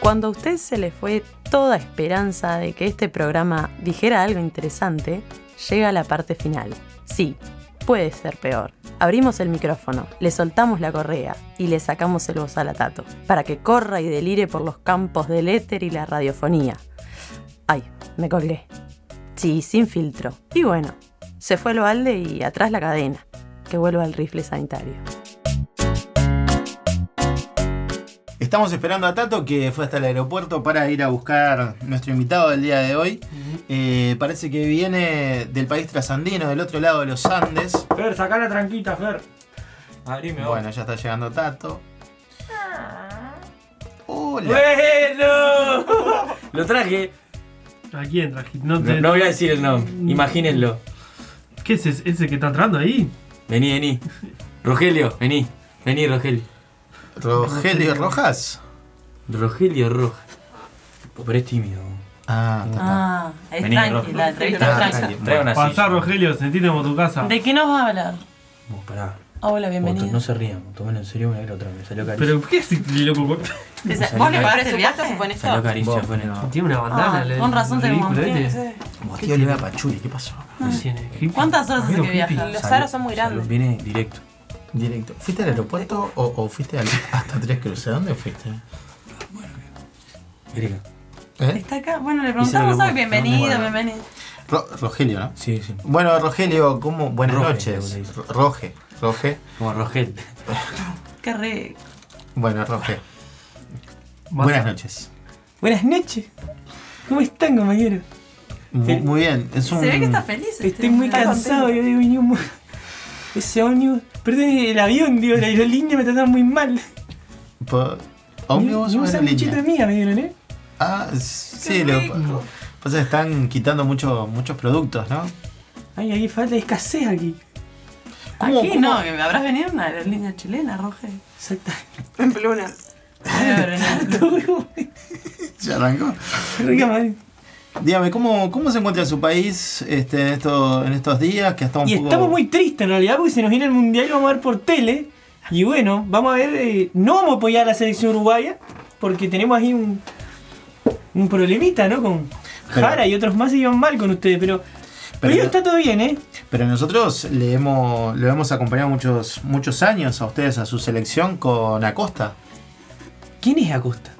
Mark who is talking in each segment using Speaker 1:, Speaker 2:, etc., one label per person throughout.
Speaker 1: Cuando a usted se le fue toda esperanza de que este programa dijera algo interesante, llega la parte final. Sí, puede ser peor. Abrimos el micrófono, le soltamos la correa y le sacamos el bozalatato, para que corra y delire por los campos del éter y la radiofonía. Ay, me colgué. Sí, sin filtro. Y bueno, se fue el balde y atrás la cadena, que vuelva al rifle sanitario.
Speaker 2: Estamos esperando a Tato que fue hasta el aeropuerto para ir a buscar nuestro invitado del día de hoy. Eh, parece que viene del país trasandino, del otro lado de los Andes.
Speaker 3: Fer, sacá la tranquita, Fer. Abrime ahora.
Speaker 2: Bueno, ya está llegando Tato. Hola.
Speaker 4: ¡Bueno! Lo traje.
Speaker 3: ¿A quién trajiste? No
Speaker 4: No,
Speaker 3: te-
Speaker 4: no voy a decir el nombre.
Speaker 3: Mm.
Speaker 4: Imagínenlo.
Speaker 3: ¿Qué es ese, ese que está entrando ahí?
Speaker 4: Vení, vení. Rogelio, vení. Vení, Rogelio.
Speaker 2: Rogelio Rojas.
Speaker 4: Rogelio Roja. Pero es tímido.
Speaker 2: Ah, Tato.
Speaker 1: Ah, es
Speaker 4: Vení,
Speaker 1: tranqui,
Speaker 4: Rogelio.
Speaker 1: la entrevista
Speaker 2: Ah,
Speaker 1: es tranqui.
Speaker 2: tranqui.
Speaker 4: Trae una
Speaker 3: Pasá,
Speaker 4: silla.
Speaker 3: Rogelio, sentite como tu casa.
Speaker 1: ¿De qué nos va a hablar?
Speaker 4: Vos, pará.
Speaker 1: Ah, Hola,
Speaker 4: Vos,
Speaker 1: bienvenido.
Speaker 4: no se rían, tomen en serio una y la otra. Me salió carísimo.
Speaker 3: Pero, ¿qué es este loco?
Speaker 1: Esa-
Speaker 4: Vos
Speaker 1: ¿Vos le pagás el viaje?
Speaker 4: Salió carísimo.
Speaker 2: Vos,
Speaker 4: fue en el-
Speaker 2: no.
Speaker 3: Tiene una
Speaker 1: Ah,
Speaker 3: bandana.
Speaker 1: con razón tenemos.
Speaker 2: Vos, tío, Olivia Pachuli, ¿qué pasó?
Speaker 3: Ah.
Speaker 1: ¿Cuántas horas hace que viaja?
Speaker 4: Salió- salió- Viene directo.
Speaker 2: Directo. ¿Fuiste al aeropuerto o, o fuiste al- hasta Tres Cruces? ¿A ¿Dónde fuiste?
Speaker 4: Grega.
Speaker 2: ¿Eh?
Speaker 1: Está acá. Bueno, le
Speaker 4: Dice lo que
Speaker 1: preguntamos
Speaker 4: vos-
Speaker 1: hoy. Bienvenido,
Speaker 4: Bueno.
Speaker 1: bienvenido.
Speaker 2: Ro- Rogelio, ¿no?
Speaker 4: Sí, sí.
Speaker 2: Bueno, Rogelio, ¿cómo? Buenas
Speaker 4: Roge, le
Speaker 2: noches.
Speaker 4: dice.
Speaker 2: Ro- Roge, Roge.
Speaker 4: Como Rogel.
Speaker 1: Qué re.
Speaker 2: Bueno, Roge. Buenas noches.
Speaker 4: Buenas noches. ¿Cómo están, compañeros?
Speaker 2: Mu-
Speaker 4: Sí.
Speaker 2: Muy bien, es un.
Speaker 1: Se ve que está feliz. este.
Speaker 4: Estoy muy
Speaker 1: Está
Speaker 4: cansado,
Speaker 1: contento.
Speaker 4: yo digo, ni un... Ese ómnibus, perdón, el avión, digo, la aerolínea me trataron muy mal.
Speaker 2: po- Ómnibus
Speaker 4: Ni
Speaker 2: o
Speaker 4: un sanguchito de
Speaker 2: aerolínea.
Speaker 4: mía me dieron, ¿eh?
Speaker 2: Ah, sí,
Speaker 1: Qué
Speaker 2: lo
Speaker 1: rico.
Speaker 2: pasa que están quitando mucho, muchos productos, ¿no?
Speaker 4: Ay, aquí falta escasez aquí.
Speaker 2: ¿Cómo-
Speaker 1: Aquí
Speaker 2: cómo?
Speaker 1: no, que me habrás venido una aerolínea chilena, Roger.
Speaker 4: Exacto.
Speaker 5: En plumas.
Speaker 2: Ya arrancó.
Speaker 4: Rica madre.
Speaker 2: Dígame, ¿cómo, cómo se encuentra su país este, en, esto- en estos días? Que está un
Speaker 4: Y
Speaker 2: poco.
Speaker 4: estamos muy tristes en realidad porque se nos viene el mundial y vamos a ver por tele. Y bueno, vamos a ver, eh, no vamos a apoyar a la selección uruguaya porque tenemos ahí un, un problemita, ¿no? Con
Speaker 2: Pero-
Speaker 4: Jara y otros más se llevan mal con ustedes, pero... Pero,
Speaker 2: no-
Speaker 4: está todo bien, ¿eh?
Speaker 2: Pero nosotros le hemos, lo hemos acompañado muchos, muchos años a ustedes, a su selección, con Acosta,
Speaker 4: ¿Quién es Acosta?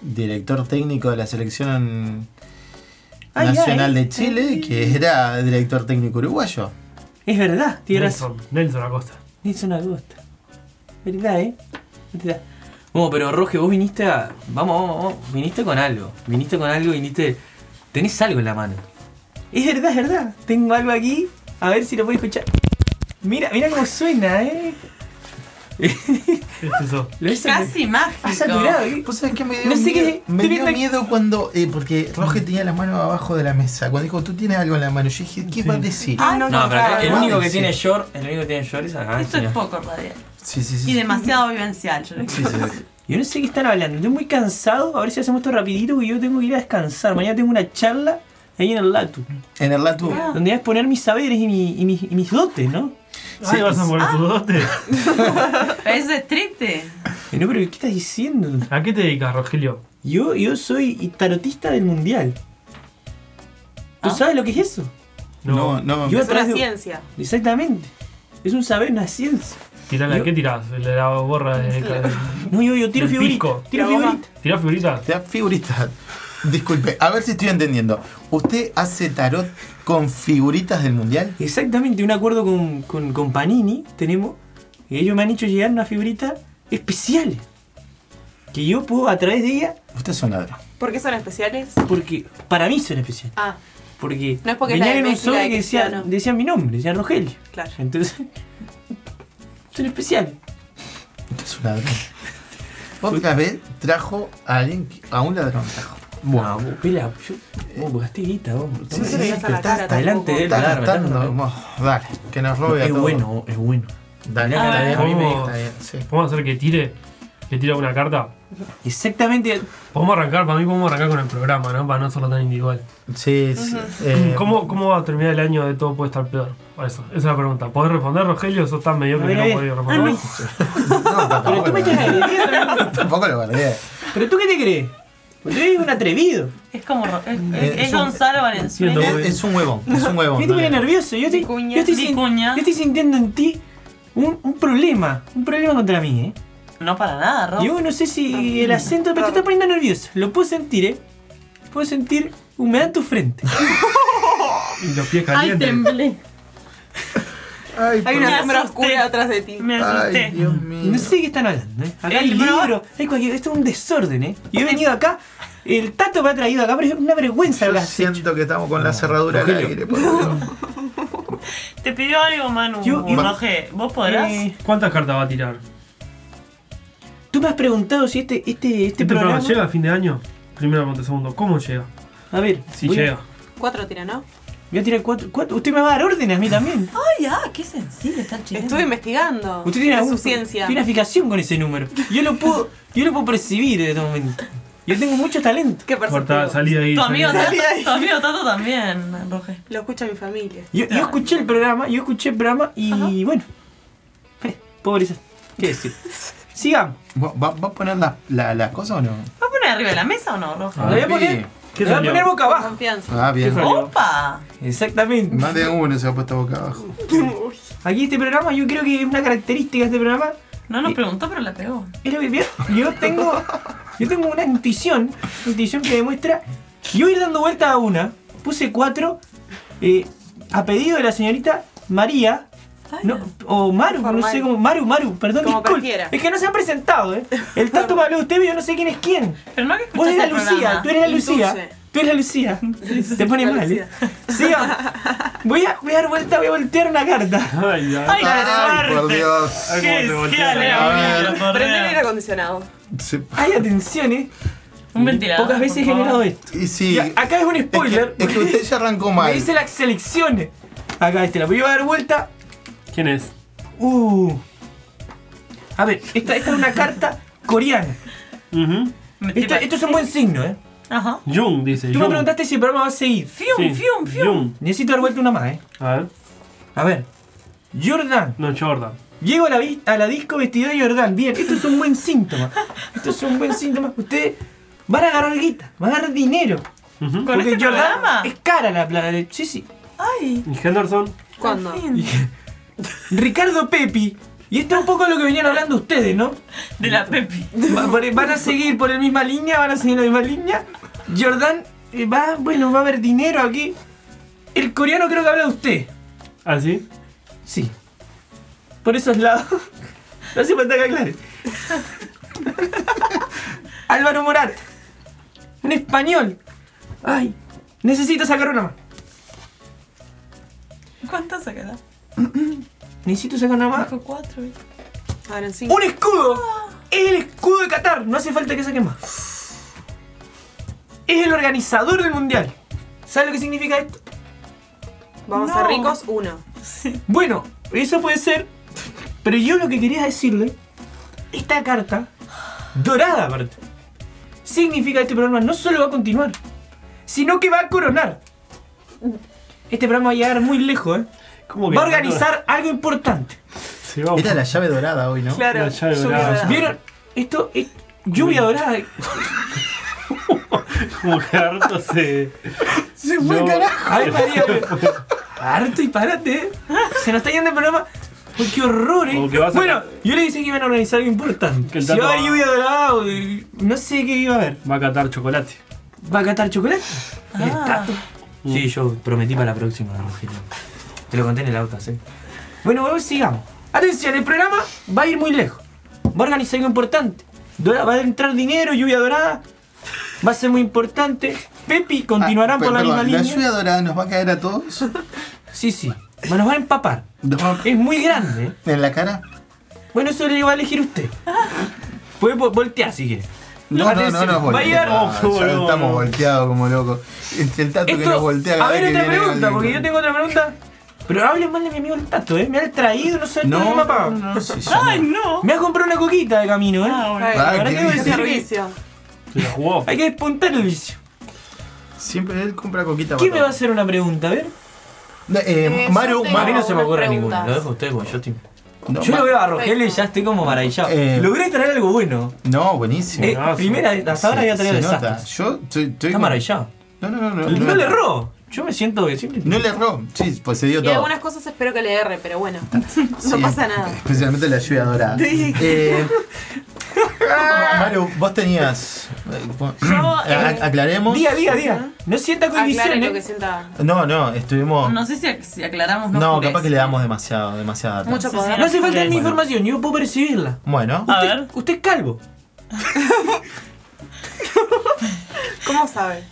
Speaker 2: director técnico de la selección
Speaker 4: Ay,
Speaker 2: nacional
Speaker 4: ay.
Speaker 2: de Chile, que era director técnico uruguayo.
Speaker 4: Es verdad, tiene razón.
Speaker 3: Nelson, Nelson Acosta.
Speaker 4: Nelson Acosta. ¿Verdad, eh? ¿Verdad? Bueno, pero Roge, vos viniste a. Vamos, vamos, vamos. Viniste con algo. Viniste con algo, viniste. Tenés algo en la mano. Es verdad, es verdad. Tengo algo aquí. A ver si lo puedo escuchar. Mira, mira cómo suena, eh.
Speaker 3: Es eso.
Speaker 4: Lo he satur-
Speaker 1: Casi mágico.
Speaker 4: Ha saturado, ¿eh?
Speaker 2: ¿Vos sabés que me dio
Speaker 4: No sé
Speaker 2: miedo,
Speaker 4: qué-
Speaker 2: me
Speaker 4: estoy
Speaker 2: dio
Speaker 4: viendo-
Speaker 2: miedo cuando. eh, porque Roge tenía las manos abajo de la mesa. Cuando dijo, tú tienes algo en la mano, yo dije, ¿qué va a decir?
Speaker 1: Ah, no,
Speaker 4: No, pero el
Speaker 2: Wow,
Speaker 4: único que
Speaker 2: sí.
Speaker 4: tiene short, el único que tiene short es acá.
Speaker 1: Esto es poco radial.
Speaker 2: Sí, sí, sí.
Speaker 1: Y demasiado vivencial, yo le
Speaker 2: Sí, sí, sí.
Speaker 4: Yo no sé qué están hablando, estoy muy cansado. A ver si hacemos esto rapidito porque yo tengo que ir a descansar. Mañana tengo una charla ahí en el Latu.
Speaker 2: En el Latu.
Speaker 1: Ah.
Speaker 4: Donde voy a exponer mis saberes y, mi- y mis, y mis dotes, ¿no?
Speaker 3: Ay, vas a morir
Speaker 4: Ah.
Speaker 3: tus dotes.
Speaker 1: ¿Es stripte?
Speaker 4: Eh, No, pero ¿qué estás diciendo?
Speaker 3: ¿A qué te dedicas, Rogelio?
Speaker 4: Yo, yo soy tarotista del mundial.
Speaker 1: Ah.
Speaker 4: ¿Tú sabes lo que es eso?
Speaker 2: No,
Speaker 3: No.
Speaker 2: no.
Speaker 4: Yo
Speaker 5: Es una
Speaker 4: atrás de-
Speaker 5: ciencia.
Speaker 4: Exactamente. Es un saber, una ciencia.
Speaker 3: ¿Tirá la-
Speaker 4: Yo-
Speaker 3: ¿Qué tirás? La, la borra de. la-
Speaker 4: No, yo, yo tiro
Speaker 3: Del
Speaker 4: figurita.
Speaker 3: pico.
Speaker 4: Tiro
Speaker 5: La goma.
Speaker 4: figurita.
Speaker 3: ¿Tirás figuritas?
Speaker 2: Te da figuritas. Disculpe, a ver si estoy entendiendo. ¿Usted hace tarot con figuritas del mundial?
Speaker 4: Exactamente, un acuerdo con, con, con Panini tenemos. Y ellos me han hecho llegar una figurita especial. Que yo puedo a través de ella,
Speaker 2: Usted es un ladrón.
Speaker 5: ¿Por qué son especiales?
Speaker 4: porque para mí son especiales.
Speaker 5: Ah,
Speaker 4: Porque
Speaker 5: No es porque es la
Speaker 4: venían en
Speaker 5: de
Speaker 4: un
Speaker 5: Messi, la
Speaker 4: sobre
Speaker 5: de
Speaker 4: que decía,
Speaker 5: Cristiano.
Speaker 4: decía mi nombre, decía Rogelio.
Speaker 5: Claro.
Speaker 4: Entonces, son especiales.
Speaker 2: Usted es un ladrón. Otra vez trajo a alguien, que- a un ladrón trajo.
Speaker 4: Bueno, vos, pela, yo, vos gasté guita, vos.
Speaker 2: Sí,
Speaker 5: no
Speaker 2: sí,
Speaker 5: se lo
Speaker 2: sí,
Speaker 5: digas a
Speaker 2: te
Speaker 5: la
Speaker 2: estás-
Speaker 5: cara
Speaker 2: estás-
Speaker 4: Adelante
Speaker 5: tampoco.
Speaker 4: de él,
Speaker 2: estás
Speaker 4: alarma,
Speaker 2: gastando,
Speaker 4: alarma.
Speaker 2: vos, Dale, que nos robe a
Speaker 4: es
Speaker 2: todos.
Speaker 4: bueno, Ah. Oh. es bueno.
Speaker 2: Dale,
Speaker 1: A
Speaker 2: dale,
Speaker 1: ver.
Speaker 2: a mí me
Speaker 3: ¿Cómo?
Speaker 2: está bien, sí.
Speaker 3: ¿Podemos hacer que tire? ¿Que tire una carta?
Speaker 4: Exactamente.
Speaker 3: Podemos arrancar, para mí podemos arrancar con el programa, ¿no? Para no hacerlo tan individual.
Speaker 2: Sí, sí. eh,
Speaker 3: ¿Cómo, ¿Cómo va a terminar el año de todo puede estar peor? Eso, esa es la pregunta. ¿Podés responder, Rogelio? ¿Sos tan
Speaker 4: A
Speaker 3: mediocre
Speaker 4: ver,
Speaker 3: que
Speaker 4: a
Speaker 3: no
Speaker 4: ver.
Speaker 3: podés
Speaker 4: Ah,
Speaker 3: responder?
Speaker 4: no.
Speaker 2: No, tampoco,
Speaker 4: Pero tú me
Speaker 2: lo-
Speaker 4: echas la idea,
Speaker 2: tampoco lo guardé.
Speaker 4: ¿Pero tú qué te crees? Porque es un atrevido.
Speaker 6: Es como. Ro- Es, es-
Speaker 2: es
Speaker 6: es
Speaker 2: un-
Speaker 6: Gonzalo Valenzuela.
Speaker 3: Siento-
Speaker 2: Es, es un huevón, es un
Speaker 4: Yo
Speaker 2: huevón.
Speaker 4: te pone
Speaker 2: dale.
Speaker 4: nervioso. Yo estoy,
Speaker 6: Vicuña.
Speaker 4: yo estoy sin-
Speaker 6: Vicuña.
Speaker 4: yo estoy sintiendo en ti un, un problema. Un problema contra mí, ¿eh?
Speaker 6: No para nada, Rob.
Speaker 4: Yo no sé si el acento, pero te
Speaker 5: Rob.
Speaker 4: está poniendo nervioso. Lo puedo sentir, ¿eh? Puedo sentir humedad en tu frente.
Speaker 3: Y los pies
Speaker 7: Ay,
Speaker 3: calientes.
Speaker 7: temblé.
Speaker 2: Ay,
Speaker 5: Hay
Speaker 6: Me
Speaker 5: una sombra
Speaker 6: asusté.
Speaker 5: oscura atrás de ti.
Speaker 6: Me asusté.
Speaker 2: ay, Dios mío.
Speaker 4: No sé qué están hablando, ¿eh? Acá hay
Speaker 6: El bro-
Speaker 4: libro, hay cualquier... Esto es un desorden, ¿eh? Yo he venido acá, el tato me ha traído acá, pero es una vergüenza lo
Speaker 2: Yo
Speaker 4: que has hecho.
Speaker 2: siento que estamos con la cerradura al
Speaker 4: Rogelio.
Speaker 2: aire. por Dios.
Speaker 6: Te pidió algo, Manu.
Speaker 4: Yo- yo-
Speaker 6: Roge, ¿vos podrás?
Speaker 4: Eh,
Speaker 3: ¿Cuántas cartas va a tirar? ¿Este,
Speaker 4: Tú me has preguntado si este, este, este
Speaker 3: programa
Speaker 4: programa...
Speaker 3: llega a fin de año? Primero pregunta, segundo. ¿Cómo llega?
Speaker 4: A ver,
Speaker 3: Si
Speaker 4: voy a-
Speaker 3: llega.
Speaker 5: Cuatro tira, ¿no?
Speaker 4: voy a tirar cuatro, cuatro. Usted me va a dar órdenes a mí también.
Speaker 6: Ay, ah, qué sensible está el chileno.
Speaker 5: Estuve investigando.
Speaker 4: Usted tiene,
Speaker 5: Es
Speaker 4: algún-
Speaker 5: su ciencia.
Speaker 4: tiene una fijación con ese número. Yo lo puedo, yo lo puedo percibir en este momento. Yo tengo mucho talento.
Speaker 5: Qué
Speaker 3: Corta,
Speaker 5: perceptivo.
Speaker 3: salí de ahí.
Speaker 6: Tu
Speaker 3: salí de
Speaker 6: amigo,
Speaker 3: ahí.
Speaker 6: Tato, tu amigo Tato también, Roge.
Speaker 5: Lo escucha mi familia.
Speaker 4: Yo, yo escuché el programa, yo escuché el programa y bueno. eh, Pobreza. ¿Qué decir? Sigamos.
Speaker 2: ¿Va, va- va a poner las la- las cosas o no?
Speaker 6: ¿Va a poner arriba de la mesa o no, Roge?
Speaker 4: Lo voy a
Speaker 2: sí.
Speaker 4: poner,
Speaker 3: ¿Qué
Speaker 4: lo voy a
Speaker 3: salió?
Speaker 4: poner boca
Speaker 5: Con
Speaker 4: abajo.
Speaker 5: confianza.
Speaker 2: Ah, bien.
Speaker 4: ¿Qué fue?
Speaker 6: ¡Opa!
Speaker 4: Exactamente.
Speaker 2: Más de uno se ha puesto boca abajo.
Speaker 4: Aquí este programa, yo creo que es una característica de este programa.
Speaker 6: No nos preguntó, pero la pegó.
Speaker 4: Es lo que yo, yo tengo. Yo tengo una intuición. Una intuición que demuestra. Yo ir dando vuelta a una. Puse cuatro. eh, a pedido de la señorita María. no, o Maru,
Speaker 5: Por
Speaker 4: no sé
Speaker 5: Maru.
Speaker 4: cómo. Maru, Maru, perdón,
Speaker 5: Como
Speaker 4: disculpe.
Speaker 5: prefiera.
Speaker 4: Es que no se han presentado, ¿eh? El tanto me habló de usted, pero yo no sé quién es quién.
Speaker 6: Pero no que
Speaker 4: Vos
Speaker 6: escuchaste
Speaker 4: eres la
Speaker 6: el
Speaker 4: Lucía,
Speaker 6: programa.
Speaker 4: tú eres la Lucía.
Speaker 5: este Intuye.
Speaker 4: Tú eres la Lucía. Te pone
Speaker 5: La
Speaker 4: mal, ¿eh?
Speaker 5: Lucía.
Speaker 4: Sigamos. Voy a, voy a dar vuelta, voy a voltear una carta.
Speaker 3: Ay, ay.
Speaker 6: ¡Ay, qué
Speaker 2: Ay, por
Speaker 6: suerte!
Speaker 2: Dios.
Speaker 3: Ay, cómo te
Speaker 6: ¡Qué, qué
Speaker 3: volteas.
Speaker 6: alegría, por
Speaker 5: Prende el aire
Speaker 6: Dios.
Speaker 5: acondicionado.
Speaker 2: Se-
Speaker 4: Hay atención, ¿eh?
Speaker 6: Un ventilador.
Speaker 4: Pocas veces he
Speaker 6: por favor.
Speaker 4: generado esto.
Speaker 2: Y sí.
Speaker 4: Y a- acá es un
Speaker 2: es, que,
Speaker 4: spoiler.
Speaker 2: es que usted ya arrancó mal.
Speaker 4: Me dice las selecciones. Acá este, la voy a dar vuelta.
Speaker 3: ¿Quién es?
Speaker 4: Uh. A ver, esta, esta es una carta coreana.
Speaker 3: Ujú.
Speaker 6: Me-
Speaker 4: Esto,
Speaker 6: tipo-
Speaker 4: esto es un buen signo, ¿eh?
Speaker 6: Ajá.
Speaker 3: Jung, dice.
Speaker 4: Tú me
Speaker 3: Jung.
Speaker 4: preguntaste si el programa va a seguir.
Speaker 6: Fium,
Speaker 3: Sí.
Speaker 6: fium, fium.
Speaker 3: Jung.
Speaker 4: Necesito dar vuelta una más, ¿eh?
Speaker 3: A ver.
Speaker 4: A ver. Jordan.
Speaker 3: No, Jordan.
Speaker 4: Llego a la, vis- a la disco vestido de Jordán. Bien, esto es un buen síntoma. Esto es un buen síntoma. Ustedes van a agarrar guita, van a agarrar dinero.
Speaker 3: Ujú.
Speaker 6: ¿Con este
Speaker 4: Jordán
Speaker 6: programa?
Speaker 4: es cara la plata. Sí, sí.
Speaker 6: ¡Ay!
Speaker 3: Y Henderson.
Speaker 4: Ah,
Speaker 5: ¿Cuándo?
Speaker 6: al fin.
Speaker 4: Ricardo Pepi. Y esto es un poco lo que venían hablando ustedes, ¿no?
Speaker 6: De la Pepi.
Speaker 4: Va- va- van a seguir por la misma línea, van a seguir la misma línea. Jordán eh, va, bueno, va a haber dinero aquí. El coreano creo que habla de usted.
Speaker 3: ¿Ah, sí?
Speaker 4: Sí. Por esos lados. No hace falta que aclare. Álvaro Morat. Un español. Ay, necesito sacar una más.
Speaker 6: ¿Cuántas sacará?
Speaker 4: Necesito sacar una más.
Speaker 6: Dijo cuatro. ¿viste?
Speaker 5: Ahora en cinco.
Speaker 4: ¡Un escudo! Es el escudo de Qatar. No hace falta que saque más. Es el organizador del mundial. ¿Sabes lo que significa esto?
Speaker 5: Vamos a
Speaker 6: No.
Speaker 5: ser ricos, uno.
Speaker 4: Bueno, eso puede ser. Pero yo lo que quería decirle, esta carta, dorada aparte, significa que este programa no solo va a continuar, sino que va a coronar. Este programa va a llegar muy lejos, ¿eh?
Speaker 3: ¿Cómo
Speaker 4: Va a organizar algo importante.
Speaker 3: Se va a-
Speaker 2: Era la llave dorada hoy, ¿no?
Speaker 5: Claro.
Speaker 3: La llave
Speaker 5: lluvia
Speaker 3: dorada.
Speaker 5: dorada.
Speaker 4: ¿Vieron? Esto eh, es lluvia dorada.
Speaker 3: Como que harto se.
Speaker 2: Se
Speaker 3: No.
Speaker 4: A ver, María, harto y parate, ¿eh? Se nos está yendo el programa. Uy, qué horror,
Speaker 3: Como
Speaker 4: eh.
Speaker 3: que vas a-
Speaker 4: Bueno, yo le dije que iban a organizar algo importante.
Speaker 3: Que el
Speaker 4: Si
Speaker 3: Tato
Speaker 4: va a haber
Speaker 3: va-
Speaker 4: lluvia dorada, o- no sé qué iba a haber.
Speaker 3: Va a catar chocolate.
Speaker 4: ¿Va a catar chocolate? El
Speaker 6: Ah.
Speaker 4: tato.
Speaker 3: Mm.
Speaker 4: Sí, yo prometí para la próxima, Rogelio. Te lo conté en el auto, sí. Bueno, bueno, sigamos. Atención, el programa va a ir muy lejos. Va a organizar algo importante. Dora- va a entrar dinero, lluvia dorada. Va a ser muy importante. Pepi continuará
Speaker 2: Ah,
Speaker 4: por la
Speaker 2: perdón,
Speaker 4: misma
Speaker 2: ¿La
Speaker 4: línea.
Speaker 2: lluvia dorada nos va a caer a todos?
Speaker 4: Sí, sí. Nos va a empapar.
Speaker 2: ¿Nos va a-
Speaker 4: Es muy grande, ¿eh?
Speaker 2: ¿En la cara?
Speaker 4: Bueno, eso le va a elegir usted. Puede vo- voltear si quiere.
Speaker 2: No, no, no, nos
Speaker 4: Va a
Speaker 2: voltea.
Speaker 4: llegar-
Speaker 2: Ah,
Speaker 3: Ojo,
Speaker 2: ya
Speaker 3: boludo.
Speaker 2: estamos volteados como locos. Este, el tato que
Speaker 4: Esto-
Speaker 2: nos voltea cada
Speaker 4: a ver
Speaker 2: vez que
Speaker 4: otra
Speaker 2: viene
Speaker 4: pregunta,
Speaker 2: alguien.
Speaker 4: porque yo tengo otra pregunta. Pero hablen mal de mi amigo el Tato, ¿eh? Me ha traído, no sé,
Speaker 2: No,
Speaker 4: todo el mapa.
Speaker 2: no, no, sí, sí,
Speaker 6: ¡Ay,
Speaker 2: no.
Speaker 6: no!
Speaker 4: Me ha comprado una coquita de camino, ¿eh?
Speaker 6: Ah, bueno.
Speaker 5: Ay,
Speaker 2: Ah,
Speaker 4: La verdad
Speaker 2: qué
Speaker 4: que voy a
Speaker 5: qué
Speaker 4: decir
Speaker 2: bien.
Speaker 5: servicio.
Speaker 3: Se la jugó.
Speaker 4: Hay que despuntar el vicio.
Speaker 2: Siempre él compra coquita
Speaker 4: ¿Quién
Speaker 2: para
Speaker 4: me va a
Speaker 2: todos.
Speaker 4: hacer una pregunta? A ver.
Speaker 2: No, eh,
Speaker 7: Eh,
Speaker 2: Maru,
Speaker 7: yo tengo-
Speaker 2: Maru.
Speaker 7: no se me ocurre ninguna, lo dejo
Speaker 4: a ustedes porque yo estoy.
Speaker 2: No,
Speaker 4: Yo
Speaker 2: ma-
Speaker 4: lo veo a Rogelio y ya estoy como maravillado.
Speaker 2: Eh,
Speaker 4: Logré traer algo bueno.
Speaker 2: No, buenísimo.
Speaker 4: Eh,
Speaker 3: buenazo.
Speaker 4: primera, hasta ahora
Speaker 2: Se-
Speaker 4: había traído
Speaker 2: se nota.
Speaker 4: desastres.
Speaker 2: Yo estoy, estoy
Speaker 4: Está
Speaker 2: con-
Speaker 4: maravillado.
Speaker 2: No, no, no, no.
Speaker 4: No le erró. Yo me siento que siempre.
Speaker 2: No le erró. Sí, pues se dio
Speaker 5: Y
Speaker 2: todo.
Speaker 5: algunas cosas espero que le erre, pero bueno.
Speaker 2: Sí,
Speaker 5: No pasa nada.
Speaker 2: Especialmente la lluvia dorada.
Speaker 5: Sí.
Speaker 2: Eh, Maru, vos tenías. eh, cu- a- aclaremos.
Speaker 4: Día, día, día. No sienta
Speaker 5: Aclare
Speaker 4: cohibición.
Speaker 5: Ah, lo que
Speaker 4: eh.
Speaker 5: sienta
Speaker 2: No, no, estuvimos.
Speaker 6: No sé si, ac- si aclaramos. No,
Speaker 2: No,
Speaker 6: oscurece.
Speaker 2: capaz que le damos demasiado, demasiada data.
Speaker 5: mucho
Speaker 6: Sí,
Speaker 5: poder.
Speaker 6: sí,
Speaker 4: No hace falta mi
Speaker 6: Bueno.
Speaker 4: información, yo puedo percibirla.
Speaker 2: Bueno,
Speaker 6: A
Speaker 4: Usted-
Speaker 6: ver.
Speaker 4: Usted es calvo.
Speaker 5: ¿Cómo sabe?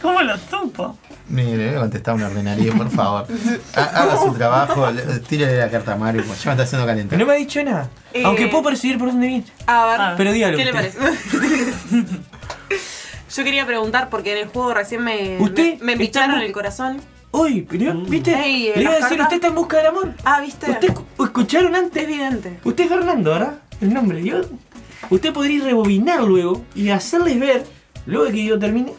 Speaker 6: ¿Cómo lo supo?
Speaker 2: mire, contestá una ordenaría, por favor. Ha- Haga su trabajo, le- tírele la carta a Maru, pues ya me está haciendo calentar.
Speaker 4: No me ha dicho nada.
Speaker 5: Eh.
Speaker 4: Aunque puedo percibir por dónde viene.
Speaker 5: A
Speaker 6: Ah.
Speaker 5: ver,
Speaker 4: Pero dígalo.
Speaker 5: ¿qué le
Speaker 4: usted.
Speaker 5: parece? Yo quería preguntar porque en el juego recién me,
Speaker 4: Usted
Speaker 5: me, me
Speaker 4: está
Speaker 5: picharon
Speaker 4: muy-
Speaker 5: el corazón.
Speaker 4: Uy, pero, ¿viste?
Speaker 5: Ey, eh,
Speaker 4: Le iba a
Speaker 5: las
Speaker 4: decir,
Speaker 5: cartas-
Speaker 4: usted está en busca del amor.
Speaker 5: Ah, ¿viste?
Speaker 4: Usted escu- escucharon
Speaker 5: es
Speaker 4: antes.
Speaker 5: vidente.
Speaker 4: Usted es Fernando, ¿verdad? El nombre. Yo, usted podría rebobinar luego y hacerles ver, luego de que yo termine,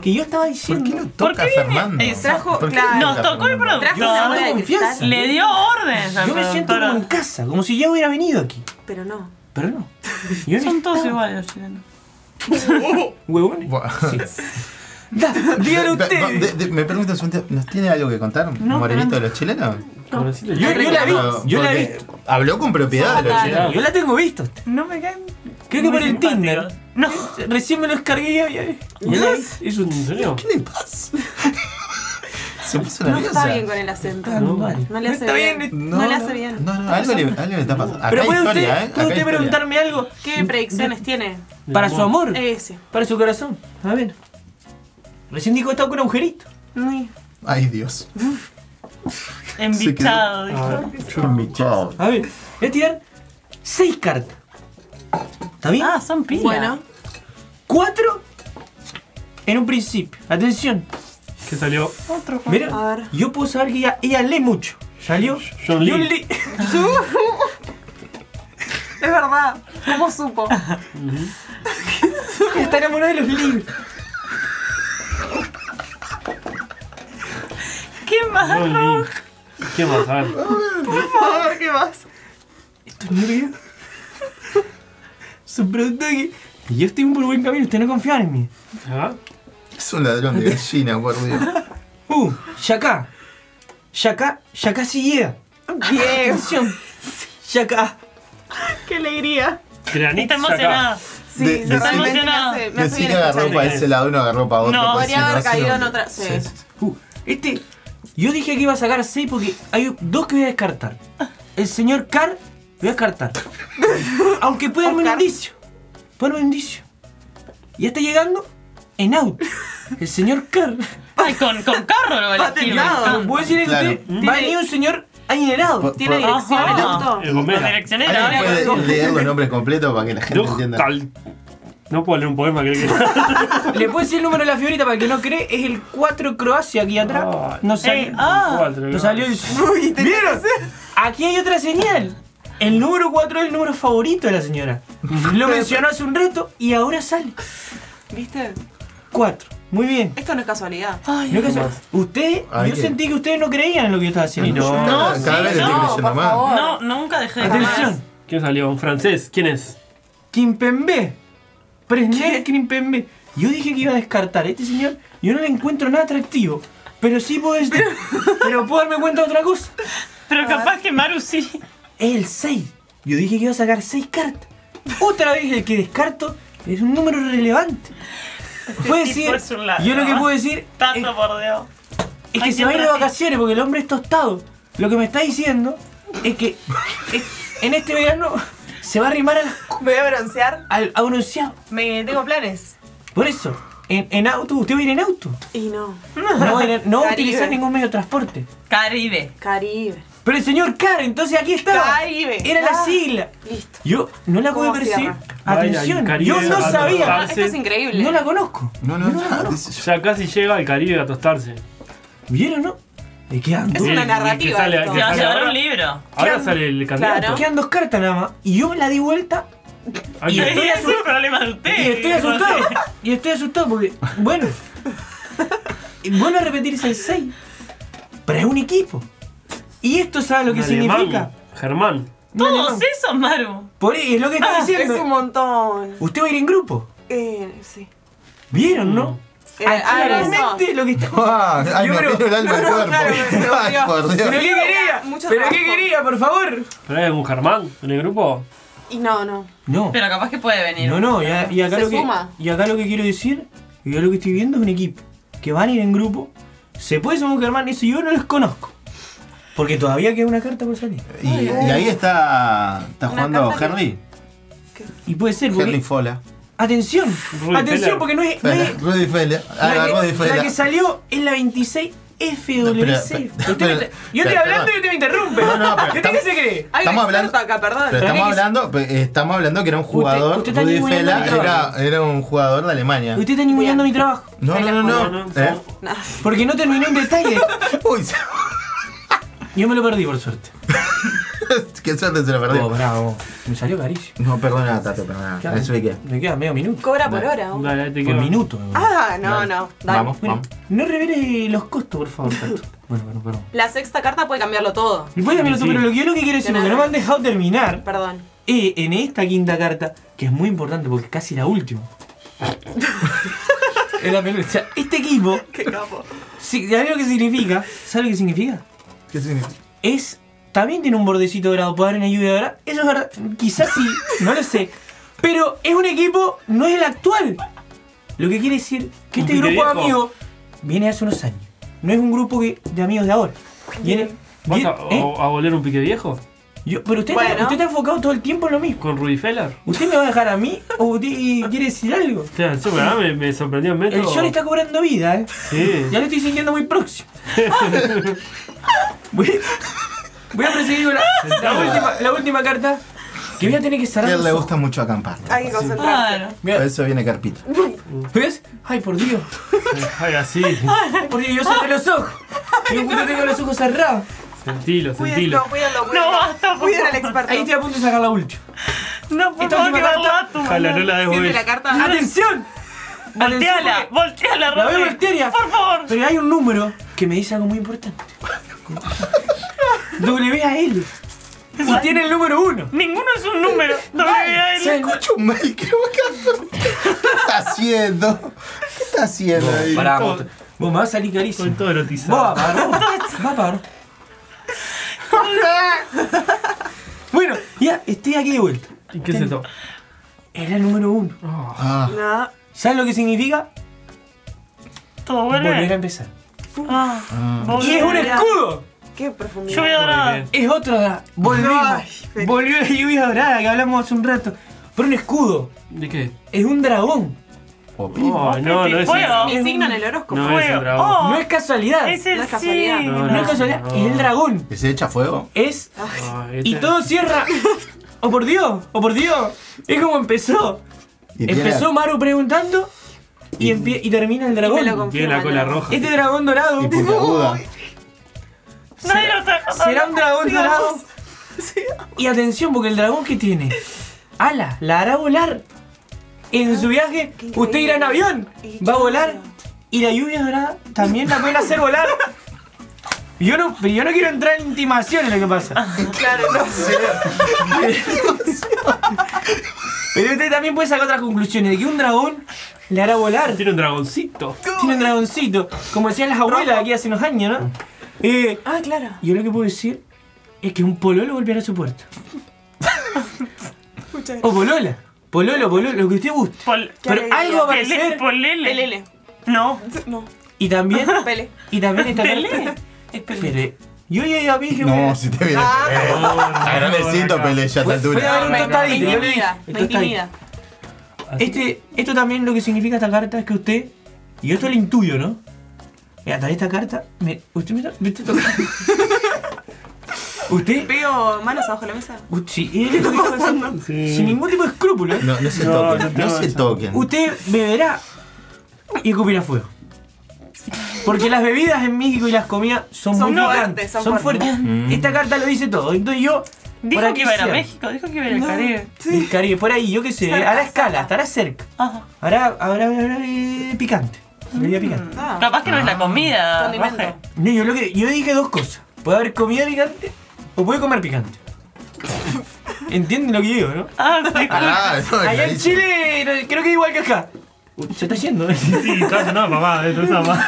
Speaker 4: que yo estaba
Speaker 2: ¿Por
Speaker 4: diciendo.
Speaker 2: qué no toca
Speaker 6: qué viene?
Speaker 2: Fernando?
Speaker 6: Eh,
Speaker 5: trajo-
Speaker 2: ¿Por qué toca
Speaker 5: claro.
Speaker 6: Nos tocó
Speaker 2: Fernando?
Speaker 6: el producto.
Speaker 5: Trajo
Speaker 4: Yo
Speaker 5: una
Speaker 4: no
Speaker 5: bola de
Speaker 4: confianza.
Speaker 5: cristal,
Speaker 6: Le dio órdenes al
Speaker 4: Yo me siento
Speaker 6: productor.
Speaker 4: como en casa, como si ya hubiera venido aquí.
Speaker 5: pero no.
Speaker 4: Pero no. Yo no
Speaker 6: Son todos
Speaker 4: estaba.
Speaker 6: iguales los chilenos.
Speaker 4: Huevones.
Speaker 2: Buah.
Speaker 4: Sí. Da, dígalo
Speaker 2: Pe-
Speaker 4: usted.
Speaker 2: de- de- me preguntan, ¿nos tiene algo que contar, Morelito de los chilenos?
Speaker 4: Yo, yo la vi. Yo la vi.
Speaker 2: Porque Habló con propiedad de los
Speaker 5: Claro.
Speaker 2: chilenos.
Speaker 4: Yo la tengo vista.
Speaker 6: No me caen.
Speaker 4: Creo que
Speaker 6: muy
Speaker 4: por el Tinder.
Speaker 6: simpáticos. No.
Speaker 4: Recién me lo descargué y había. y la vi. Es un.
Speaker 3: ¿En serio?
Speaker 2: ¿Qué le pasa? Se puso
Speaker 5: No
Speaker 2: nerviosa.
Speaker 5: está bien con el acento.
Speaker 4: Ah, no, vale.
Speaker 5: No le
Speaker 4: No
Speaker 5: hace
Speaker 4: está
Speaker 5: bien.
Speaker 4: bien.
Speaker 5: No, le hace bien.
Speaker 2: No, no, algo le, algo le está pasando. Acá
Speaker 4: Pero
Speaker 2: hay
Speaker 4: puede
Speaker 2: historia, ¿eh? Acá
Speaker 4: usted, puede
Speaker 2: hay
Speaker 4: usted
Speaker 2: historia.
Speaker 4: preguntarme algo
Speaker 5: ¿Qué predicciones tiene?
Speaker 4: para su amor, Eh.
Speaker 5: Ese.
Speaker 4: para su corazón. A ver. Recién dijo que estaba con un agujerito.
Speaker 5: Uy,
Speaker 2: Ay, Dios.
Speaker 6: Embichado, dijo.
Speaker 4: A ver, voy a tirar seis cartas. ¿Está bien?
Speaker 6: Ah, son pilas.
Speaker 5: Bueno,
Speaker 4: Cuatro en un principio. Atención.
Speaker 3: Que salió.
Speaker 6: Otro juego.
Speaker 4: Mira,
Speaker 5: A ver.
Speaker 4: yo puedo saber que ella, ella lee mucho. ¿Salió?
Speaker 3: John Lee.
Speaker 4: Yo le-
Speaker 5: es verdad. ¿Cómo supo?
Speaker 4: Está enamorada de los libros.
Speaker 6: ¿Qué más?
Speaker 3: John Lee. ¿Qué más? A ver.
Speaker 4: Ah.
Speaker 5: ¿Qué más?
Speaker 4: Estos nervios son producto de que yo estoy por buen camino. Usted no confía en mí.
Speaker 3: ¿Ah?
Speaker 2: Es un ladrón de gallina, por Dios.
Speaker 4: Uh, Yacá. Yacá, Yacá sí llega. Bien. Yacá.
Speaker 5: Qué alegría.
Speaker 3: Granit
Speaker 6: Está emocionada.
Speaker 5: Sí,
Speaker 2: De-
Speaker 5: realmente
Speaker 2: decí-
Speaker 5: me hace, me hace
Speaker 2: Decí
Speaker 5: bien
Speaker 2: que agarró
Speaker 5: escucharlo.
Speaker 2: para ese lado, uno agarró para otro.
Speaker 6: No,
Speaker 2: porque
Speaker 5: podría
Speaker 2: si
Speaker 5: haber
Speaker 2: si
Speaker 5: caído en otra- sí.
Speaker 4: Uh, este. Yo dije que iba a sacar 6 porque hay dos que voy a descartar. El señor Carr, voy a descartar. Aunque puede darme un
Speaker 5: Oscar.
Speaker 4: indicio. Puede darme un indicio. Ya está llegando en auto. El señor Carr.
Speaker 6: Ay, con, con carro lo va a elegir. me
Speaker 5: Patenado.
Speaker 6: encanta.
Speaker 4: Voy a decirle
Speaker 2: Claro.
Speaker 4: que usted va a venir un señor adinerado.
Speaker 2: Por-
Speaker 5: ¿Tiene
Speaker 2: por-
Speaker 5: dirección el
Speaker 6: Ajá.
Speaker 5: auto?
Speaker 3: El gomera.
Speaker 6: La direccionera.
Speaker 2: ¿Alguien
Speaker 6: ahora.
Speaker 2: puede leer los nombres completos para que la gente
Speaker 3: Duh,
Speaker 2: entienda?
Speaker 3: tal. No puedo leer un poema, creo que.
Speaker 4: Le puedo decir el número de la fiorita para el que no cree. Es el 4 Croacia aquí atrás.
Speaker 3: Ah,
Speaker 4: No salió.
Speaker 6: eh, ah.
Speaker 3: Cuatro,
Speaker 4: No salió el. ¡Vieron! Aquí hay otra señal. El número 4 es el número favorito de la señora. Lo mencionó hace un reto y ahora sale.
Speaker 5: ¿Viste?
Speaker 4: 4. Muy bien.
Speaker 5: Esto no es casualidad.
Speaker 4: No, que sea- Usted,
Speaker 2: Ay,
Speaker 4: yo
Speaker 2: qué-
Speaker 4: sentí que ustedes no creían en lo que yo estaba haciendo.
Speaker 2: Cada-
Speaker 6: no,
Speaker 2: cada vez le
Speaker 6: sí, no,
Speaker 2: estoy creyendo
Speaker 5: por favor.
Speaker 2: más.
Speaker 6: No, nunca dejé de
Speaker 4: Atención.
Speaker 3: ¿Quién salió? ¿Un francés? ¿Quién es?
Speaker 4: Kimpembe. Presner Kimpembe. Yo dije que iba a descartar a este señor. Yo no le encuentro nada atractivo. Pero sí puedo decir. pero puedo darme cuenta de otra cosa.
Speaker 6: Pero capaz que Maru sí.
Speaker 4: Es el 6. Yo dije que iba a sacar 6 cartas. Otra vez el que descarto es un número relevante. Puede
Speaker 6: Este tipo
Speaker 4: decir.
Speaker 6: es un ladrón.
Speaker 4: Yo lo que puedo decir es,
Speaker 6: Tanto por Dios.
Speaker 4: es que
Speaker 6: Ay,
Speaker 4: se va a ir de
Speaker 6: siempre así.
Speaker 4: vacaciones porque el hombre es tostado. Lo que me está diciendo es que es- en este verano se va a arrimar al,
Speaker 5: Me voy a broncear.
Speaker 4: al a bronceado.
Speaker 5: Me tengo planes.
Speaker 4: Por eso, en, en auto, usted va a ir en auto.
Speaker 5: Y no.
Speaker 4: No va a, ir en- no va a
Speaker 5: Caribe.
Speaker 4: utilizar ningún medio de transporte.
Speaker 6: Caribe.
Speaker 5: Caribe.
Speaker 4: Pero el señor Car, entonces aquí estaba.
Speaker 5: Caribe.
Speaker 4: Era la
Speaker 5: Ah.
Speaker 4: sigla.
Speaker 5: Listo.
Speaker 4: Yo no la pude
Speaker 5: ¿Cómo
Speaker 4: percibir.
Speaker 5: cierra?
Speaker 4: Atención,
Speaker 3: Vaya,
Speaker 4: yo no
Speaker 3: Caribe,
Speaker 4: sabía.
Speaker 5: Ah, esto es increíble.
Speaker 4: No la conozco.
Speaker 2: No, no, no. dice-
Speaker 3: Ya casi llega al Caribe a tostarse.
Speaker 4: ¿Vieron, no? Eh, quedan
Speaker 5: Es
Speaker 4: dos.
Speaker 5: una
Speaker 3: Sí,
Speaker 5: narrativa
Speaker 3: que sale-
Speaker 5: esto.
Speaker 3: que
Speaker 6: Se va a
Speaker 3: sale
Speaker 6: llevar
Speaker 3: ahora,
Speaker 6: un libro.
Speaker 3: ahora
Speaker 4: Claro.
Speaker 3: sale el candidato.
Speaker 5: Claro.
Speaker 4: Quedan dos cartas nada más. Y yo me la di vuelta
Speaker 3: Ahí
Speaker 4: Y
Speaker 3: está.
Speaker 4: estoy
Speaker 6: Ese es
Speaker 4: asustado.
Speaker 6: un problema de usted.
Speaker 4: y estoy asustado. Y estoy asustado porque, bueno. y vuelve a repetirse el 6. Pero es un equipo. Y esto sabe lo que
Speaker 3: Un alemán,
Speaker 4: significa.
Speaker 3: Germán.
Speaker 4: un alemán.
Speaker 6: Todos esos, Maru.
Speaker 4: Por ahí, es lo que estás
Speaker 5: Ah, Es
Speaker 4: diciendo.
Speaker 5: un montón.
Speaker 4: Usted va a ir en grupo.
Speaker 5: Eh, sí.
Speaker 4: ¿Vieron, no?
Speaker 5: Eh,
Speaker 4: Ah,
Speaker 5: ah, era eso.
Speaker 4: claramente lo que está.
Speaker 2: Ah, ay,
Speaker 4: Yo
Speaker 2: me
Speaker 4: creo-
Speaker 2: apino el alma
Speaker 5: no,
Speaker 2: al
Speaker 5: no,
Speaker 2: cuerpo.
Speaker 5: claro, me- me
Speaker 2: Ay,
Speaker 5: dolió.
Speaker 2: por Dios.
Speaker 4: ¿Pero qué quería?
Speaker 5: Mucho
Speaker 4: ¿Pero qué
Speaker 5: trabajo.
Speaker 4: quería, por favor?
Speaker 3: ¿Pero hay algún Germán en el grupo?
Speaker 5: Y no, no.
Speaker 4: No.
Speaker 6: Pero capaz que puede venir.
Speaker 4: No, no, y, a- y acá
Speaker 5: Se
Speaker 4: lo que,
Speaker 5: suma.
Speaker 4: y acá lo que quiero decir, y yo lo que estoy viendo es un equipo que van a ir en grupo, se puede sumar un Germán, eso yo no los conozco. Porque todavía queda una carta por salir.
Speaker 2: Y, y ahí está, está
Speaker 5: Una
Speaker 2: jugando
Speaker 5: carta que-
Speaker 2: Henry.
Speaker 4: Y puede ser, porque.
Speaker 2: Henry Fola.
Speaker 4: Atención,
Speaker 3: Rudy
Speaker 4: atención,
Speaker 3: Feller.
Speaker 4: porque no es. no
Speaker 2: Fela,
Speaker 4: es-
Speaker 2: Rudy Fela. Ah,
Speaker 4: la,
Speaker 2: no, Rudy
Speaker 4: que, la
Speaker 2: Fela.
Speaker 4: que salió es la 26 FWC.
Speaker 2: No, pero-
Speaker 4: Usted me
Speaker 2: pero-
Speaker 4: está- yo estoy
Speaker 2: pero-
Speaker 4: hablando y usted me interrumpe.
Speaker 2: No, no, pero
Speaker 4: ¿Usted
Speaker 2: estamos-
Speaker 4: qué se cree?
Speaker 5: Hay
Speaker 2: Estamos
Speaker 5: un experto
Speaker 2: hablando-
Speaker 5: acá, perdón.
Speaker 2: Pero estamos
Speaker 4: Pero que-
Speaker 2: hablando, pe- estamos hablando que era un jugador,
Speaker 4: usted está
Speaker 2: Rudy
Speaker 4: ninguneando
Speaker 2: Fela
Speaker 4: mi trabajo.
Speaker 2: era, era un jugador de Alemania.
Speaker 4: Usted está ninguneando mi trabajo.
Speaker 2: No, no, no,
Speaker 3: No,
Speaker 2: no.
Speaker 3: no,
Speaker 2: ¿Eh?
Speaker 4: Porque no terminé un detalle.
Speaker 2: Uy, se-
Speaker 4: Yo me lo perdí, por suerte.
Speaker 2: qué suerte se lo
Speaker 4: Oh,
Speaker 2: perdió.
Speaker 4: bravo. Me salió carísimo.
Speaker 2: No, perdona, Tato, perdona.
Speaker 4: Claro.
Speaker 2: Eso hay que.
Speaker 4: Me queda medio minuto.
Speaker 5: Cobra por hora.
Speaker 3: no.
Speaker 5: vos.
Speaker 3: Dale, te
Speaker 4: Por
Speaker 3: quiero.
Speaker 4: minuto.
Speaker 5: Ah, no, no. Dale.
Speaker 2: Vamos,
Speaker 4: Bueno,
Speaker 2: vamos.
Speaker 4: no reveles los costos, por favor, Tato. Bueno, bueno, perdón.
Speaker 5: La sexta carta puede cambiarlo todo.
Speaker 4: Y puedes cambiarlo
Speaker 3: Sí.
Speaker 4: tú, pero lo que yo lo que quiero decir, porque no me han dejado terminar,
Speaker 5: Perdón.
Speaker 4: es en esta quinta carta, que es muy importante porque es casi la última. es la penúltima. O sea, este equipo,
Speaker 5: Qué capo.
Speaker 4: si- ¿sabes lo que significa? ¿Sabes lo que significa?
Speaker 2: ¿Qué significa?
Speaker 4: Es. También tiene un bordecito dorado, puede dar en ayuda ahora. Eso es verdad. Quizás sí, no lo sé. Pero es un equipo, no es el actual. Lo que quiere decir que
Speaker 3: Un
Speaker 4: este grupo de
Speaker 3: piquedejo.
Speaker 4: amigos viene hace unos años. No es un grupo que- de amigos de ahora. Viene.
Speaker 3: ¿Vas
Speaker 4: viene-
Speaker 3: a, oh.
Speaker 4: ¿eh?
Speaker 3: a- a volver un pique viejo?
Speaker 4: Yo- pero usted,
Speaker 5: Bueno.
Speaker 4: está, usted está enfocado todo el tiempo en lo mismo.
Speaker 3: ¿Con Rudy Feller?
Speaker 4: ¿Usted me va a dejar a mí o usted quiere decir algo?
Speaker 3: Hostia, en serio, ¿verdad? ah, me, me sorprendió en metro.
Speaker 4: El short está cobrando vida, ¿eh?
Speaker 3: Sí.
Speaker 4: Ya lo estoy sintiendo muy próximo. voy, voy a proseguir con la, la última, la última carta que voy a tener que
Speaker 2: A
Speaker 4: cerrar.
Speaker 2: él le
Speaker 4: los
Speaker 2: gusta mucho acampar.
Speaker 5: Hay que concentrarse.
Speaker 6: Claro.
Speaker 4: ojos.
Speaker 2: Por eso viene Carpita.
Speaker 4: ¿Ves? Ay, por Dios.
Speaker 3: Ay, así.
Speaker 4: Ay, por Dios, yo cerré los ojos. Yo justo tengo los ojos cerrados.
Speaker 3: Sentilo,
Speaker 5: Cuídenlo,
Speaker 3: sentilo.
Speaker 5: cuídenlo, cuídenlo.
Speaker 6: No, basta, por
Speaker 5: Cuiden al
Speaker 6: favor.
Speaker 5: experto.
Speaker 4: Ahí estoy a punto de sacar la última.
Speaker 6: No, por
Speaker 4: Esta
Speaker 6: favor,
Speaker 4: última
Speaker 6: que va
Speaker 4: carta-
Speaker 6: a tu
Speaker 3: Ojalá no la
Speaker 5: Siente
Speaker 3: devuelves.
Speaker 5: la carta.
Speaker 4: Ah, ¡Atención!
Speaker 6: Volteala,
Speaker 4: Atención,
Speaker 6: volteala,
Speaker 4: porque La voy a
Speaker 6: Roque.
Speaker 4: voltear ya.
Speaker 6: Por favor.
Speaker 4: Pero hay un número que me dice algo muy importante. WAL. Y tiene el número uno.
Speaker 6: Ninguno es un número. No
Speaker 2: Se escucha un mal, creo que ¿Qué está haciendo? ¿Qué está haciendo ahí?
Speaker 4: Pará, vos, vos me vas a salir carísimo.
Speaker 3: Con todo
Speaker 4: Vos va a
Speaker 3: erotizado.
Speaker 4: pagar, vos va a pagar. Bueno, ya estoy aquí de vuelta.
Speaker 3: ¿Y qué es esto?
Speaker 4: Es la número uno.
Speaker 2: Ah,
Speaker 5: No.
Speaker 4: ¿Sabes lo que significa?
Speaker 6: Todo
Speaker 4: Volver a
Speaker 6: vuelve.
Speaker 4: empezar.
Speaker 6: Ah, volvé.
Speaker 4: Y es un escudo.
Speaker 5: Qué profundidad.
Speaker 6: Lluvia dorada.
Speaker 4: Es otra edad.
Speaker 5: Ay,
Speaker 4: Volvimos.
Speaker 5: Felipe.
Speaker 4: Volvió la lluvia dorada que hablamos hace un rato. Pero un escudo.
Speaker 3: ¿De qué?
Speaker 4: Es un dragón.
Speaker 3: Oh, no, no es
Speaker 6: Fuego.
Speaker 5: Mi signo en el horóscopo.
Speaker 3: No es
Speaker 6: Fuego.
Speaker 3: un dragón.
Speaker 6: Oh,
Speaker 4: No es casualidad.
Speaker 6: es el
Speaker 5: No es
Speaker 6: sí.
Speaker 5: casualidad.
Speaker 3: No,
Speaker 4: No es casualidad. Es el dragón.
Speaker 2: ¿que se echa fuego?
Speaker 4: Es
Speaker 3: Ah,
Speaker 4: Y
Speaker 3: este-
Speaker 4: todo cierra. ¡Oh por Dios! ¡Oh por Dios! Es como empezó.
Speaker 2: Y tiene-
Speaker 4: Empezó Maru preguntando y, empie- y termina el
Speaker 5: Y me lo
Speaker 4: dragón.
Speaker 5: con-
Speaker 3: Tiene la cola roja.
Speaker 4: Este dragón dorado.
Speaker 2: Y puntiaguda.
Speaker 6: Nadie lo está
Speaker 4: ¿Será un dragón dorado? Y atención, porque el dragón que tiene ala, la hará volar. En su viaje,
Speaker 5: Ah, qué increíble.
Speaker 4: usted irá en avión,
Speaker 5: Y
Speaker 4: va a
Speaker 5: yo
Speaker 4: volar.
Speaker 5: creo.
Speaker 4: Y la lluvia dorada también la pueden hacer volar. Yo no, pero yo no quiero entrar en intimaciones lo que pasa.
Speaker 5: Ah, Claro, no.
Speaker 4: Pero usted también puede sacar otras conclusiones de que un dragón le hará volar.
Speaker 3: Tiene un dragoncito.
Speaker 4: Tiene un dragoncito, como decían las abuelas aquí hace unos años, ¿no? Eh,
Speaker 5: Ah, claro.
Speaker 4: yo lo que puedo decir es que un pololo golpeará su puerta.
Speaker 5: Muchas gracias.
Speaker 4: O polola. Pololo, pololo, lo que usted guste.
Speaker 6: Pol-
Speaker 5: Qué
Speaker 4: Pero
Speaker 5: alegría.
Speaker 4: algo va a
Speaker 6: Pele-
Speaker 4: aparecer.
Speaker 3: pues,
Speaker 6: Polele.
Speaker 3: Eh,
Speaker 5: Pelele.
Speaker 6: No.
Speaker 5: No.
Speaker 4: Y también,
Speaker 5: Pele.
Speaker 4: y también esta
Speaker 6: Pelé.
Speaker 4: carta. Es Pelé. Yo ya dije,
Speaker 2: No,
Speaker 4: bueno,
Speaker 2: si te viene.
Speaker 5: Ah,
Speaker 2: Agradecido, Pele, ya a esta
Speaker 4: Fue- fue a
Speaker 2: altura.
Speaker 4: ver un
Speaker 5: me, me
Speaker 4: tostadito. yo le dije,
Speaker 5: intimida.
Speaker 4: el
Speaker 5: Me
Speaker 4: tostadito.
Speaker 5: intimida.
Speaker 4: Este, esto también lo que significa esta carta es que usted, y yo esto lo intuyo, ¿no? Mira, tal esta carta, me- usted me está, me está tocando. usted,
Speaker 5: Veo manos abajo de la mesa.
Speaker 4: u- sí, él está pasando sin ningún tipo de escrúpulo. ¿eh?
Speaker 2: No, no se
Speaker 3: No,
Speaker 2: toquen.
Speaker 3: no te
Speaker 2: No
Speaker 3: vas
Speaker 2: se
Speaker 3: a-
Speaker 2: toquen.
Speaker 4: Usted beberá y escupirá fuego. Porque las bebidas en México y las comidas son,
Speaker 5: Son
Speaker 4: muy
Speaker 5: fuertes,
Speaker 4: picantes,
Speaker 5: son
Speaker 4: son
Speaker 5: fuertes.
Speaker 4: fuertes.
Speaker 3: Mm.
Speaker 4: Esta carta lo dice todo. Entonces yo. por
Speaker 6: Dijo
Speaker 4: aquí
Speaker 6: que iba a ir a
Speaker 4: cierro.
Speaker 6: México, dijo que iba a ir al Caribe.
Speaker 4: El Caribe, por ahí, yo qué sé,
Speaker 5: Cerca,
Speaker 4: a la escala,
Speaker 5: cerca.
Speaker 4: estará cerca.
Speaker 6: Ajá.
Speaker 4: Habrá, habrá, habrá, eh, picante.
Speaker 6: Mm.
Speaker 4: Bebida picante.
Speaker 5: Ah.
Speaker 6: Capaz que no es la comida.
Speaker 5: Condimento.
Speaker 6: Roge.
Speaker 4: No, yo, lo que, yo dije dos cosas. Puede haber comida picante o puede comer picante. entienden lo que digo, ¿no?
Speaker 6: Ah, te
Speaker 2: Ah, no,
Speaker 4: Allá en
Speaker 2: clarísimo.
Speaker 4: Chile no- creo que igual que acá. Uy, se está yendo, ¿eh?
Speaker 3: Sí, claro, no, papá, eso es mamá.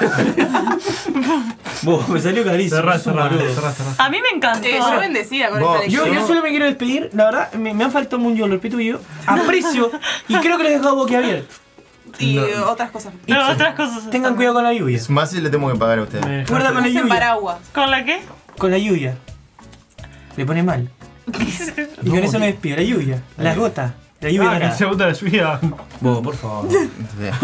Speaker 4: Vos, me salió carísimo.
Speaker 3: Cerrá,
Speaker 4: sos un
Speaker 3: cerrá,
Speaker 4: boludo.
Speaker 3: cerrá, cerrá.
Speaker 6: A mí me encantó.
Speaker 5: Eh, yo bendecida con
Speaker 2: Vos,
Speaker 5: esta
Speaker 4: Yo,
Speaker 5: lección.
Speaker 4: yo solo me quiero despedir, la verdad, me, me han faltado un yo, lo respeto yo, aprecio y creo que les he dejado boquiabierto.
Speaker 5: Y otras cosas.
Speaker 6: Pero otras cosas.
Speaker 4: Tengan cuidado con la lluvia.
Speaker 2: Es más si le tengo que pagar a usted.
Speaker 3: Me dejaste-
Speaker 4: Guarda con la
Speaker 5: Usen
Speaker 4: lluvia.
Speaker 5: paraguas.
Speaker 6: ¿Con la qué?
Speaker 4: Con la lluvia. Le pone mal. Y con eso me despido, la lluvia, las gotas, la lluvia
Speaker 3: Ah, que
Speaker 4: dorada.
Speaker 3: se gusta la lluvia.
Speaker 4: Vos, por favor.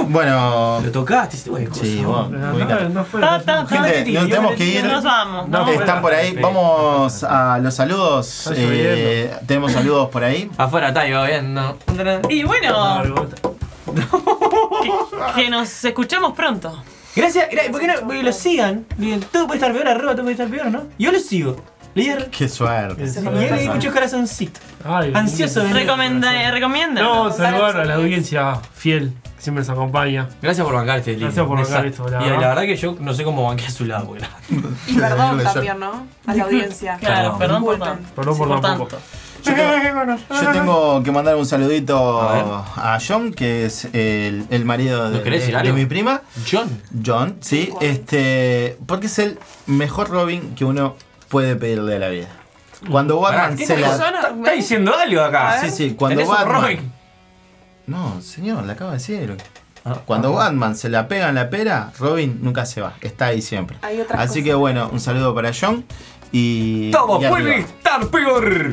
Speaker 2: Bueno,
Speaker 4: Lo tocaste, este güey.
Speaker 2: sí, vos. ubicate.
Speaker 3: No, no fue.
Speaker 6: Ta, ta, ta.
Speaker 2: Gente, nos tenemos que ir.
Speaker 6: Nos vamos.
Speaker 3: No,
Speaker 6: ¿no?
Speaker 3: bueno.
Speaker 2: Están por ahí. Vamos a los saludos.
Speaker 3: Está
Speaker 2: Eh, tenemos saludos por ahí.
Speaker 4: Afuera está, iba bien, no.
Speaker 6: Y bueno,
Speaker 3: Algo-
Speaker 6: que nos escuchemos pronto.
Speaker 4: Gracias, gra- ¿por qué no? Porque lo sigan. Digan, Todo puede estar peor, arroba, todo puede estar peor, ¿no? Yo lo sigo. Le di-
Speaker 2: Qué suerte.
Speaker 4: y él le di muchos corazoncitos.
Speaker 3: Ay,
Speaker 4: Ansioso de venir.
Speaker 6: Recomienda, recomienda.
Speaker 3: No, saludar a la audiencia fiel que siempre nos acompaña.
Speaker 4: Gracias por este bancarte, Lili.
Speaker 3: Gracias por bancar
Speaker 4: Nesa-
Speaker 3: esto, la
Speaker 4: y la
Speaker 3: verdad.
Speaker 4: verdad que yo no sé cómo banqué a su lado, güey.
Speaker 5: Y perdón
Speaker 2: Yo-
Speaker 5: también, ¿no? A la audiencia.
Speaker 6: Claro, perdón por
Speaker 5: Disculpen.
Speaker 6: tanto.
Speaker 3: Perdón por
Speaker 6: Por
Speaker 3: lo
Speaker 6: tanto.
Speaker 3: poco.
Speaker 2: Yo tengo, yo tengo que mandar un saludito a, John, que es el, el marido de,
Speaker 4: ¿No querés decir
Speaker 2: de
Speaker 4: algo?
Speaker 2: mi prima.
Speaker 4: John.
Speaker 2: John, sí, este. Porque es el mejor Robin que uno puede pedirle a la vida. Cuando Batman
Speaker 4: ¿qué
Speaker 2: se
Speaker 4: estás
Speaker 2: la.
Speaker 5: persona?
Speaker 4: Está, está diciendo algo acá.
Speaker 2: Ah, Sí, sí, cuando
Speaker 4: Tenés un
Speaker 2: Batman.
Speaker 4: Robin.
Speaker 2: No, señor, le acabo de decir.
Speaker 4: Ah,
Speaker 2: Cuando
Speaker 4: ah.
Speaker 2: Batman se la pega en la pera, Robin nunca se va, está ahí siempre.
Speaker 5: Hay otras
Speaker 2: Así
Speaker 5: cosas.
Speaker 2: que bueno, un saludo para John y.
Speaker 4: Todo
Speaker 2: y
Speaker 4: puede
Speaker 2: arriba.
Speaker 4: estar peor.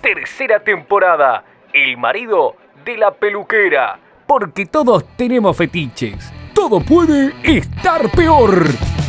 Speaker 7: tercera temporada, El marido de la peluquera. Porque todos tenemos fetiches. Todo puede estar peor.